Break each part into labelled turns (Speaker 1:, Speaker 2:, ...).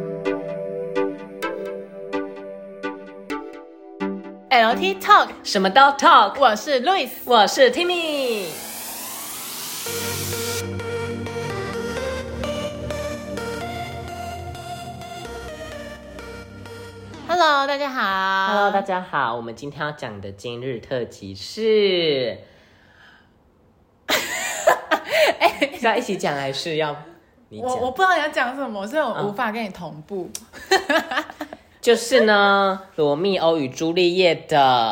Speaker 1: 嗯
Speaker 2: LT Talk，
Speaker 1: 什么都 talk，
Speaker 2: 我是 Louis。
Speaker 1: 我是 Timmy。
Speaker 2: Hello，大家好。
Speaker 1: Hello，大家好，我们今天要讲的今日特辑是，哎， 是要一起讲还是要你
Speaker 2: 我我
Speaker 1: 讲？
Speaker 2: 不知道你要讲什么，所以我无法跟你同步。
Speaker 1: 就是呢，《罗密欧与朱丽叶》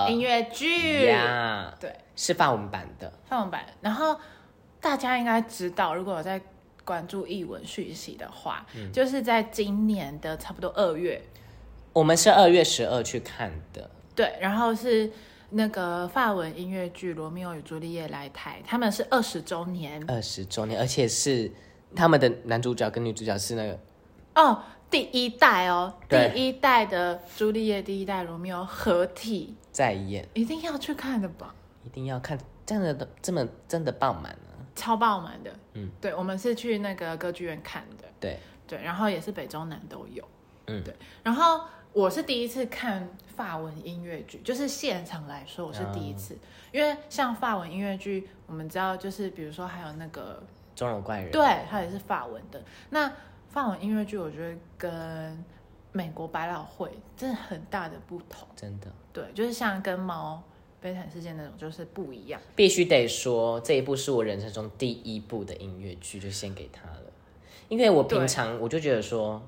Speaker 2: 音
Speaker 1: 的
Speaker 2: 乐剧
Speaker 1: 呀，
Speaker 2: 对，
Speaker 1: 是法文版的，
Speaker 2: 放文版。然后大家应该知道，如果有在关注译文讯息的话，
Speaker 1: 嗯
Speaker 2: 就是在今年的差不多二月，
Speaker 1: 我们是二月十二去看的，
Speaker 2: 对，然后是那个法文音乐剧《罗密欧与朱丽叶》来台，他们是二十周年
Speaker 1: 二十周年，而且是他们的男主角跟女主角是那个
Speaker 2: 哦，第一代哦，第
Speaker 1: 对
Speaker 2: 一代的朱丽叶，第一代罗密欧合体，
Speaker 1: 在演，
Speaker 2: 一定要去看的吧，
Speaker 1: 一定要看，真的这么真的爆满啊！
Speaker 2: 超爆满的。
Speaker 1: 嗯，
Speaker 2: 对，我们是去那个歌剧院看的，
Speaker 1: 对，
Speaker 2: 对，然后也是北中南都有，
Speaker 1: 嗯
Speaker 2: 对，然后我是第一次看法文音乐剧，就是现场来说我是第一
Speaker 1: 啊
Speaker 2: 次，因为像法文音乐剧，我们知道就是比如说还有那个
Speaker 1: 钟楼怪人，
Speaker 2: 对，啊它也是法文的。那法文音乐剧，我觉得跟美国百老汇真的很大的不同。
Speaker 1: 真的
Speaker 2: 对，就是像跟猫悲惨世界那种，就是不一样。
Speaker 1: 必须得说，这一部是我人生中第一部的音乐剧，就献给他了。因为我平常我就觉得说，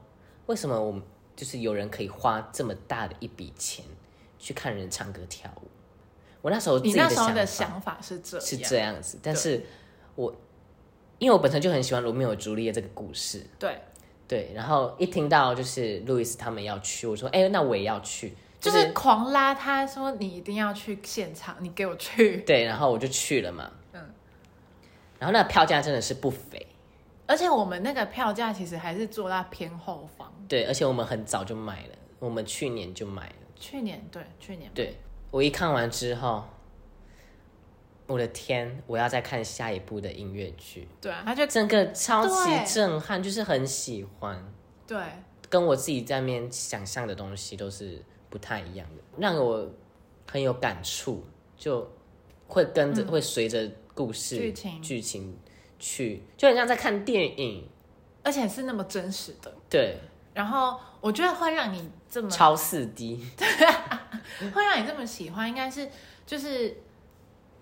Speaker 1: 为什么我们就是有人可以花这么大的一笔钱去看人唱歌跳舞？我那时候自
Speaker 2: 你
Speaker 1: 己
Speaker 2: 那时
Speaker 1: 想
Speaker 2: 候
Speaker 1: 法
Speaker 2: 的想法是这样，
Speaker 1: 是这样子，但是我因为我本身就很喜欢《罗密欧与朱丽叶》这个故事，
Speaker 2: 对，
Speaker 1: 对，然后一听到就是路易斯他们要去，我说，哎、那我也要去，
Speaker 2: 就是、狂拉他说你一定要去现场，你给我 去。
Speaker 1: 对，然后我就去了嘛，嗯，然后那票价真的是不菲，
Speaker 2: 而且我们那个票价其实还是坐在偏后方。
Speaker 1: 对，而且我们很早就买了，我们去年就买了，
Speaker 2: 去年对，去年
Speaker 1: 对我一看完之后，我的天，我要再看下一部的音乐剧，
Speaker 2: 对啊，他就
Speaker 1: 整个超
Speaker 2: 对
Speaker 1: 级震撼，就是很喜欢，
Speaker 2: 对，
Speaker 1: 跟我自己在面想象的东西都是不太一样的，让我很有感触，就会跟着、会随着故事
Speaker 2: 嗯剧情
Speaker 1: 剧情去，就很像在看电影，
Speaker 2: 而且是那么真实的。
Speaker 1: 对，
Speaker 2: 然后我觉得会让你这么
Speaker 1: 超四 D，
Speaker 2: 会让你这么喜欢，应该是就是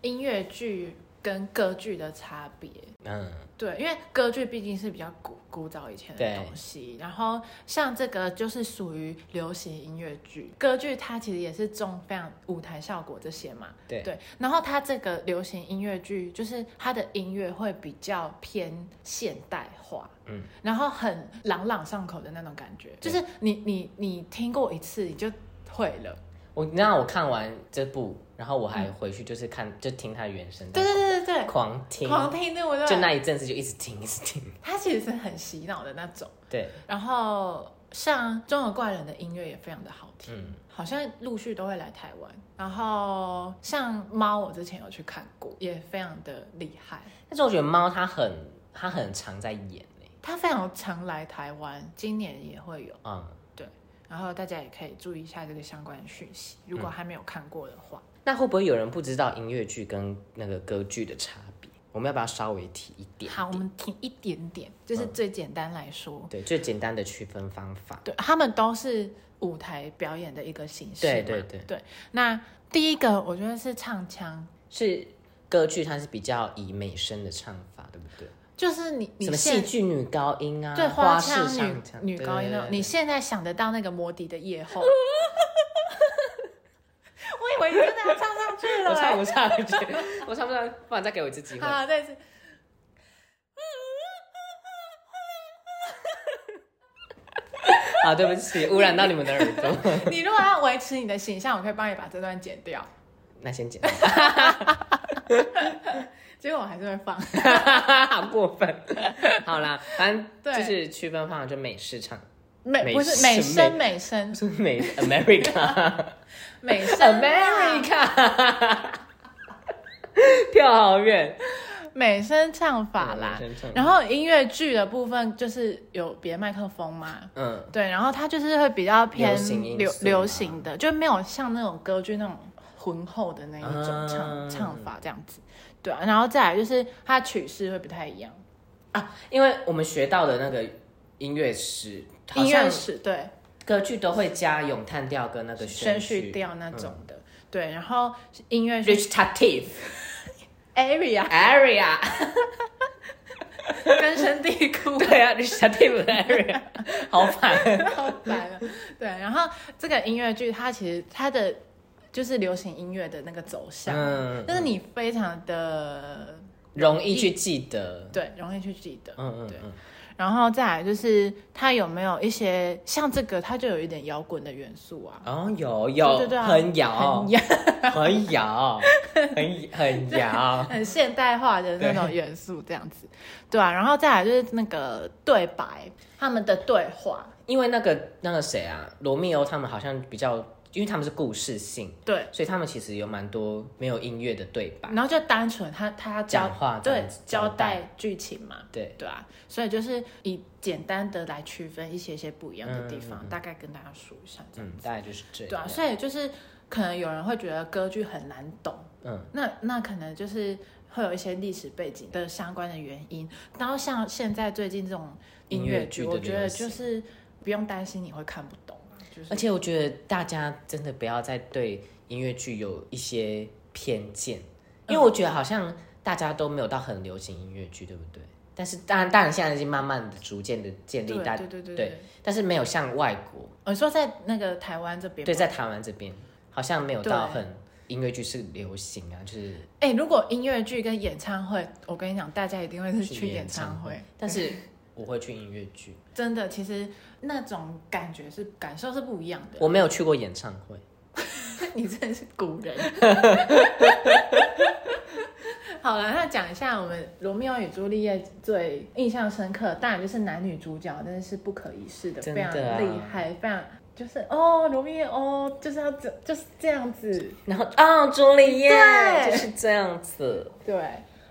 Speaker 2: 音乐剧跟歌剧的差别。
Speaker 1: 嗯，
Speaker 2: 对，因为歌剧毕竟是比较古古早以前的
Speaker 1: 对
Speaker 2: 东西，然后像这个就是属于流行音乐剧，歌剧它其实也是重非常舞台效果这些嘛，
Speaker 1: 对
Speaker 2: 对，然后它这个流行音乐剧就是它的音乐会比较偏现代化，嗯
Speaker 1: 嗯，
Speaker 2: 然后很朗朗上口的那种感觉，就
Speaker 1: 对
Speaker 2: 是你你你听过一次你就会了。
Speaker 1: 我你知道我看完这部，然后我还回去就是看、就听它的原声带，
Speaker 2: 嗯对对对对
Speaker 1: 狂
Speaker 2: 对，
Speaker 1: 听，
Speaker 2: 狂听对不对？
Speaker 1: 就那一阵子就一直听一直听，
Speaker 2: 它其实是很洗脑的那种。
Speaker 1: 对，
Speaker 2: 然后像《中国怪人》的音乐也非常的好听，
Speaker 1: 嗯，
Speaker 2: 好像陆续都会来台湾。然后像猫，我之前有去看过，也非常的厉害。
Speaker 1: 但是我觉得猫它很它很常在演欸
Speaker 2: 它非常常来台湾，今年也会有。
Speaker 1: 嗯。
Speaker 2: 然后大家也可以注意一下这个相关的讯息，如
Speaker 1: 嗯
Speaker 2: 果还没有看过的话。
Speaker 1: 那会不会有人不知道音乐剧跟那个歌剧的差别？我们要不要稍微提一点？嗯
Speaker 2: 好，我们听一点点，就是最简单来说，
Speaker 1: 对，最简单的区分方法。
Speaker 2: 对他们都是舞台表演的一个形式嘛。
Speaker 1: 对对对，
Speaker 2: 那第一个我觉得是唱腔，
Speaker 1: 是歌剧，它是比较以美声的唱法，对不对？
Speaker 2: 就是你你
Speaker 1: 什么戏
Speaker 2: 现
Speaker 1: 剧女高音啊，
Speaker 2: 对
Speaker 1: 花式
Speaker 2: 腔
Speaker 1: 唱
Speaker 2: 女
Speaker 1: 腔
Speaker 2: 女高音那种，你现在想得到那个摩迪的夜 后。我以为你真的要唱上去了、
Speaker 1: 我
Speaker 2: 欸
Speaker 1: 唱，不上去，我唱不上，不然再给我一次机会。
Speaker 2: 好，再一次。
Speaker 1: 啊，对不起，污染到你们的耳朵。
Speaker 2: 你如果要维持你的形象，我可以帮你把这段剪掉。
Speaker 1: 那先剪，
Speaker 2: 结果我还是会放。
Speaker 1: 好过分。好啦，反正
Speaker 2: 对
Speaker 1: 就是区分方法，就美式唱
Speaker 2: 美
Speaker 1: 美
Speaker 2: 不是美
Speaker 1: 声
Speaker 2: 声美声
Speaker 1: 是美 America
Speaker 2: 美声啊
Speaker 1: America，跳好远，
Speaker 2: 美声唱法啦
Speaker 1: 嗯美声唱。法
Speaker 2: 然后音乐剧的部分就是有别麦克风嘛，
Speaker 1: 嗯，
Speaker 2: 对，然后它就是会比较偏
Speaker 1: 流行因素
Speaker 2: 流
Speaker 1: 嘛
Speaker 2: 流行的，就没有像那种歌剧那种浑厚的那一种唱、
Speaker 1: 啊
Speaker 2: 唱法这样子，对啊。然后再来就是它曲式会不太一样，
Speaker 1: 啊因为我们学到的那个音乐史，好
Speaker 2: 音乐
Speaker 1: 像
Speaker 2: 史对。
Speaker 1: 歌剧都会加咏叹调跟那个
Speaker 2: 宣
Speaker 1: 序
Speaker 2: 叙。调那种的。对，然后音乐是
Speaker 1: Recitative
Speaker 2: area
Speaker 1: area，
Speaker 2: 根深蒂固，
Speaker 1: 对啊，recitative area，好烦。
Speaker 2: 好烦啊。对，然后这个音乐剧它其实它的就是流行音乐的那个走向，
Speaker 1: 嗯，
Speaker 2: 但是你非常的
Speaker 1: 容易去记得。
Speaker 2: 对容易去记得。
Speaker 1: 嗯嗯
Speaker 2: 对
Speaker 1: 嗯，
Speaker 2: 然后再来就是它有没有一些像这个，它就有一点摇滚的元素啊，
Speaker 1: 哦，有有，
Speaker 2: 对对对啊
Speaker 1: 很摇
Speaker 2: 很，摇
Speaker 1: 很摇，很很摇。
Speaker 2: 很现代化的那种元素这样子，对啊。然后再来就是那个对白，他们的对话，
Speaker 1: 因为那个那个谁啊，罗密欧他们好像比较，因为他们是故事性，
Speaker 2: 对，
Speaker 1: 所以他们其实有蛮多没有音乐的对白，
Speaker 2: 然后就单纯他他要交
Speaker 1: 讲话这
Speaker 2: 对
Speaker 1: 样子
Speaker 2: 交代剧情嘛，
Speaker 1: 对，
Speaker 2: 对啊，所以就是以简单的来区分一些些不一样的地方，大概跟大家说一下这样。
Speaker 1: 嗯，大概就是这样。
Speaker 2: 对啊，所以就是可能有人会觉得歌剧很难懂，
Speaker 1: 嗯，
Speaker 2: 那那可能就是会有一些历史背景的相关的原因。然后像现在最近这种音乐剧，
Speaker 1: 音乐剧的
Speaker 2: 我觉得
Speaker 1: 流行
Speaker 2: 就是不用担心你会看不懂啊，就是
Speaker 1: 而且我觉得大家真的不要再对音乐剧有一些偏见，因为我觉得好像大家都没有到很流行音乐剧，对不对？但是当然，当然现在已经慢慢的、逐渐的建立
Speaker 2: 对
Speaker 1: 大，
Speaker 2: 对对对
Speaker 1: 对。但是没有像外国，
Speaker 2: 我说在那个台湾这边吗，
Speaker 1: 对，在台湾这边好像没有到
Speaker 2: 对
Speaker 1: 很音乐剧是流行啊，就是
Speaker 2: 哎、如果音乐剧跟演唱会，我跟你讲，大家一定会是去演
Speaker 1: 唱
Speaker 2: 唱会。，
Speaker 1: 但 是我会去音乐剧，
Speaker 2: 真的，其实那种感觉是感受是不一样的。
Speaker 1: 我没有去过演唱会。
Speaker 2: 你真的是古 人。好了，那讲一下我们《罗密欧与朱丽叶》最印象深刻，当然就是男女主角，真的是不可一世的，
Speaker 1: 真
Speaker 2: 非
Speaker 1: 的
Speaker 2: 常
Speaker 1: 啊
Speaker 2: 厉害，非常就是哦，罗密欧就是要这就是这样子，
Speaker 1: 然后哦，朱丽叶
Speaker 2: 对
Speaker 1: 就是这样子，
Speaker 2: 对，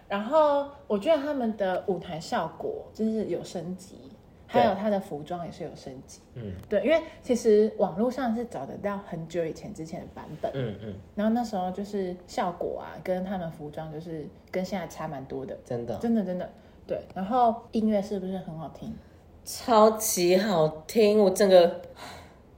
Speaker 2: 然后我觉得他们的舞台效果真是有升级，
Speaker 1: 对
Speaker 2: 还有他的服装也是有升级。
Speaker 1: 嗯
Speaker 2: 对，因为其实网络上是找得到很久以前之前的版本，
Speaker 1: 嗯嗯，
Speaker 2: 然后那时候就是效果啊，跟他们服装就是跟现在差蛮多的，
Speaker 1: 真的
Speaker 2: 真的真的。对，然后音乐是不是很好听？
Speaker 1: 超级好听，我整个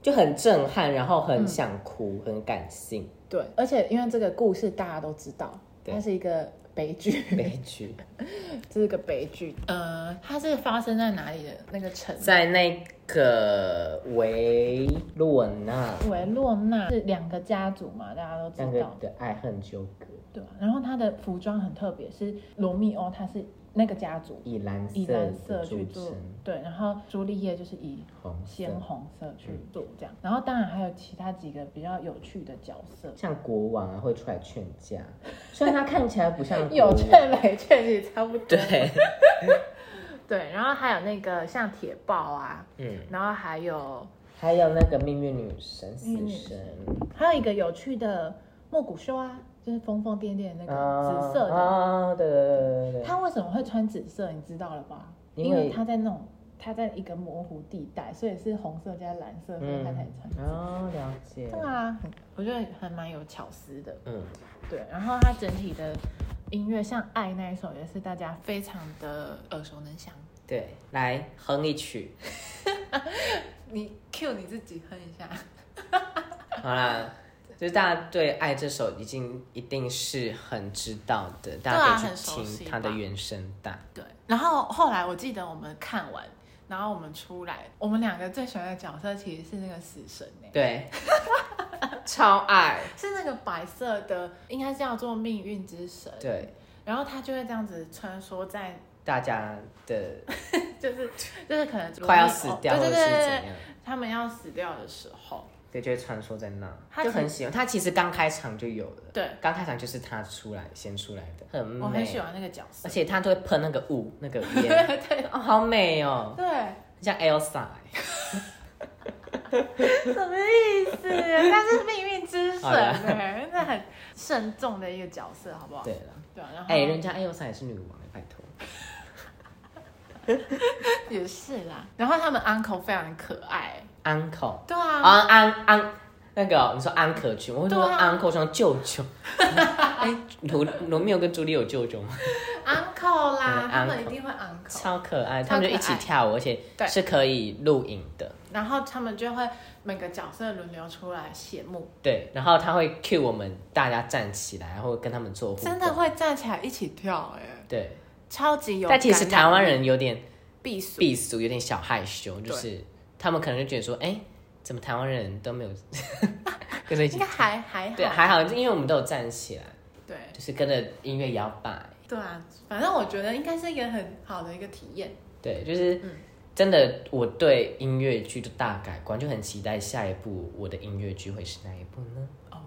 Speaker 1: 就很震撼，然后很想哭，很感性。
Speaker 2: 对，而且因为这个故事大家都知道，
Speaker 1: 对
Speaker 2: 它是一个悲剧，
Speaker 1: 悲剧
Speaker 2: 嗯这是个悲剧。呃，它是发生在哪里的那个城？
Speaker 1: 在那个维洛纳
Speaker 2: 维洛纳是两个家族嘛，大家都
Speaker 1: 那
Speaker 2: 知
Speaker 1: 个
Speaker 2: 道，
Speaker 1: 的爱恨纠葛，
Speaker 2: 对吧？然后他的服装很特别，是罗密欧，他是那个家族
Speaker 1: 以蓝
Speaker 2: 以
Speaker 1: 色
Speaker 2: 蓝
Speaker 1: 的
Speaker 2: 色去
Speaker 1: 著
Speaker 2: 做
Speaker 1: 称，
Speaker 2: 对，然后朱丽叶就是以
Speaker 1: 红色
Speaker 2: 鲜，红色去做这样，然后当然还有其他几个比较有趣的角色，
Speaker 1: 像国王啊会出来劝架， 虽然他看起来不像国
Speaker 2: 有
Speaker 1: 王
Speaker 2: 劝没劝也差不多。
Speaker 1: 对，
Speaker 2: 对，然后还有那个像铁豹啊，
Speaker 1: 嗯，
Speaker 2: 然后还有
Speaker 1: 还有那个命运女神死
Speaker 2: 命运女
Speaker 1: 神。
Speaker 2: 还有一个有趣的莫古修啊，就是疯疯癫癫的那个紫色的，
Speaker 1: 啊，对对对对对，
Speaker 2: 他为什么会穿紫色，你知道了吧？
Speaker 1: 因
Speaker 2: 因为
Speaker 1: 为
Speaker 2: 他在那种他在一个模糊地带，所以是红色加蓝色，所以他才穿。
Speaker 1: 哦，了解，
Speaker 2: 对啊，很我觉得还蛮有巧思的。
Speaker 1: 嗯，
Speaker 2: 对，然后它整体的音乐，像《爱》那一首也是大家非常的耳熟能详。
Speaker 1: 对，来哼一曲，
Speaker 2: 你 Q 你自己哼一下，
Speaker 1: 好啦，就是大家对《爱》这首已经一定是很知道的，大
Speaker 2: 对啊
Speaker 1: 家可以
Speaker 2: 很熟
Speaker 1: 去
Speaker 2: 悉
Speaker 1: 听它的
Speaker 2: 吧
Speaker 1: 原声带。
Speaker 2: 对。然后后来我记得我们看完，然后我们出来，我们两个最喜欢的角色其实是那个死神呢、
Speaker 1: 对， 超爱，
Speaker 2: 是那个白色的，应该是叫做命运之神。
Speaker 1: 对
Speaker 2: 然后他就会这样子穿梭在，
Speaker 1: 大家的
Speaker 2: 就是就是可能
Speaker 1: 快要死掉或
Speaker 2: 哦对
Speaker 1: 者
Speaker 2: 对对
Speaker 1: 是怎
Speaker 2: 对对，
Speaker 1: 样，
Speaker 2: 他们要死掉的时候，
Speaker 1: 对，就会穿梭在那，
Speaker 2: 他
Speaker 1: 就
Speaker 2: 其实
Speaker 1: 很喜欢。他其实刚开场就有了，
Speaker 2: 对
Speaker 1: 刚开场就是他出来先出来的，很
Speaker 2: 我很喜
Speaker 1: 美，
Speaker 2: 欢那个角色
Speaker 1: 而。且他都会喷那个雾，那个烟，
Speaker 2: 对
Speaker 1: 哦，好美哦，
Speaker 2: 对，
Speaker 1: 像 Elsa 欸
Speaker 2: 什么意思？但是命运之神
Speaker 1: 好啦
Speaker 2: 哎、那很慎重的一个角色，好不好？
Speaker 1: 对了，
Speaker 2: 对啊，然后
Speaker 1: 哎、人家艾欧莎也是女王，拜托。
Speaker 2: 也是啦。然后他们 uncle 非常可爱，
Speaker 1: uncle
Speaker 2: 对啊，
Speaker 1: 安安安，那个哦、你说安可君，我会说
Speaker 2: 对啊
Speaker 1: 安 n 像舅舅。 哎，罗罗密欧跟朱丽有舅舅吗？
Speaker 2: uncle 啦
Speaker 1: 嗯，
Speaker 2: 他们
Speaker 1: uncle
Speaker 2: 一定会 uncle，
Speaker 1: 超可爱，
Speaker 2: 超
Speaker 1: 他们就
Speaker 2: 可
Speaker 1: 一起
Speaker 2: 爱
Speaker 1: 跳舞，而且
Speaker 2: 对
Speaker 1: 是可以录影的。
Speaker 2: 然后他们就会每个角色轮流出来谢幕，
Speaker 1: 对，然后他会 cue 我们大家站起来，然后跟他们做互动。
Speaker 2: 真的会站起来一起跳、哎，
Speaker 1: 对，
Speaker 2: 超级有感
Speaker 1: 但
Speaker 2: 染力。
Speaker 1: 其实台湾人有点
Speaker 2: 必死，
Speaker 1: 避俗，有点小害羞，就是他们可能就觉得说，哎，怎么台湾人 都没有跟着一
Speaker 2: 应
Speaker 1: 起
Speaker 2: 该？还还好，
Speaker 1: 对，还好，因为我们都有站起来，
Speaker 2: 对啊
Speaker 1: 就是跟着音乐摇摆。
Speaker 2: 对啊，反正我觉得应该是一个很好的一个体验。
Speaker 1: 对，就是
Speaker 2: 嗯
Speaker 1: 真的，我对音乐剧就大改观，就很期待下一部我的音乐剧会是哪一部呢？
Speaker 2: 哦，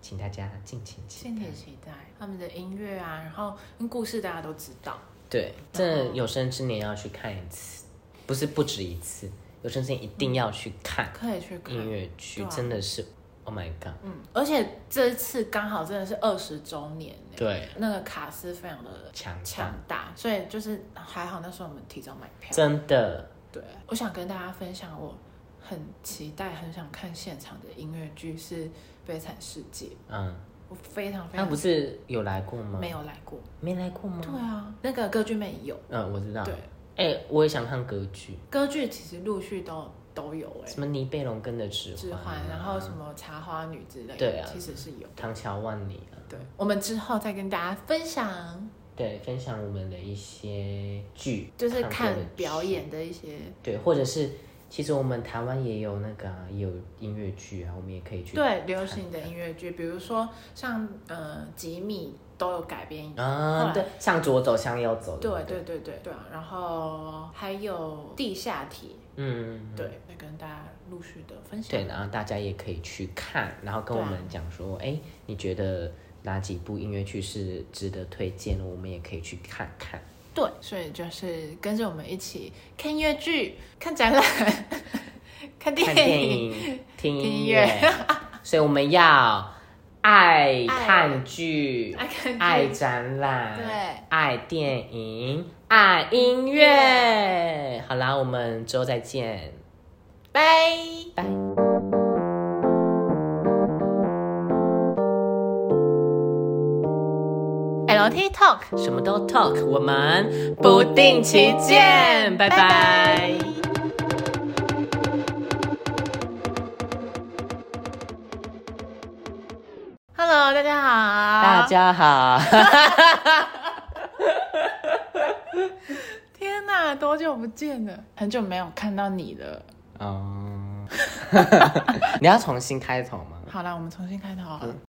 Speaker 1: 请大家敬请期
Speaker 2: 敬
Speaker 1: 待
Speaker 2: 请。期待他们的音乐啊，然后跟故事大家都知道。
Speaker 1: 对，真的有生之年要去看一次，不是不止一次，有生之年一定要去看
Speaker 2: 可以去看。
Speaker 1: 音乐剧，
Speaker 2: 对啊
Speaker 1: 真的是 Oh my God！
Speaker 2: 嗯，而且这一次刚好真的是二十周年呢，
Speaker 1: 对，
Speaker 2: 那个卡斯非常的
Speaker 1: 强
Speaker 2: 强
Speaker 1: 强，
Speaker 2: 大，所以就是还好那时候我们提早买票。
Speaker 1: 真的，
Speaker 2: 对，我想跟大家分享，我很期待、很想看现场的音乐剧是《悲惨世界》，
Speaker 1: 嗯，
Speaker 2: 我非常非
Speaker 1: 他
Speaker 2: 常
Speaker 1: 不是有来过吗？嗯
Speaker 2: 没，有来过。
Speaker 1: 没来过
Speaker 2: 对
Speaker 1: 吗？
Speaker 2: 啊，那个歌剧魅影有，
Speaker 1: 嗯，我知道。
Speaker 2: 对，
Speaker 1: 哎，我也想看歌剧，
Speaker 2: 歌剧其实陆续都都有哎、
Speaker 1: 什么尼贝龙跟着指
Speaker 2: 置
Speaker 1: 环啊
Speaker 2: 换，，然后什么茶花女之类的，
Speaker 1: 对啊
Speaker 2: 其实是有。
Speaker 1: 唐乔万里啊。
Speaker 2: 对，我们之后再跟大家分享，
Speaker 1: 对，分享我们的一些剧，
Speaker 2: 就是
Speaker 1: 过
Speaker 2: 看
Speaker 1: 的
Speaker 2: 表
Speaker 1: 剧，
Speaker 2: 演的一些，
Speaker 1: 对，或者是其实我们台湾也有那个、啊、也有音乐剧啊，我们也可以去
Speaker 2: 对流行的音乐剧，比如说像呃吉米都有改编，后
Speaker 1: 啊，
Speaker 2: 来
Speaker 1: 对，向左走，向右走，
Speaker 2: 对
Speaker 1: 不
Speaker 2: 对对对对啊，然后还有地下铁，
Speaker 1: 嗯，
Speaker 2: 对，会跟大家陆续的分享。
Speaker 1: 对，然后大家也可以去看，然后跟我
Speaker 2: 对啊
Speaker 1: 们讲说，哎、你觉得哪几部音乐剧是值得推荐的？我们也可以去看看。
Speaker 2: 对，所以就是跟着我们一起看音乐剧、看展览、 看电影。
Speaker 1: 看电影、听
Speaker 2: 听
Speaker 1: 音
Speaker 2: 音
Speaker 1: 乐
Speaker 2: 乐，
Speaker 1: 所以我们要
Speaker 2: 爱
Speaker 1: 爱看剧、
Speaker 2: 爱看剧
Speaker 1: 爱展览、
Speaker 2: 对、
Speaker 1: 爱电影、爱音乐。好啦，我们之后再见，
Speaker 2: 拜。
Speaker 1: 拜。
Speaker 2: LT Talk，
Speaker 1: 什么都 talk，我们不定期见，拜拜
Speaker 2: 哈喽，Hello，大家好，
Speaker 1: 大家 好，
Speaker 2: 天哪，多久不见了？很久没有看到你了。
Speaker 1: 嗯，你要重新开头吗？
Speaker 2: 好啦，我们重新开头好了。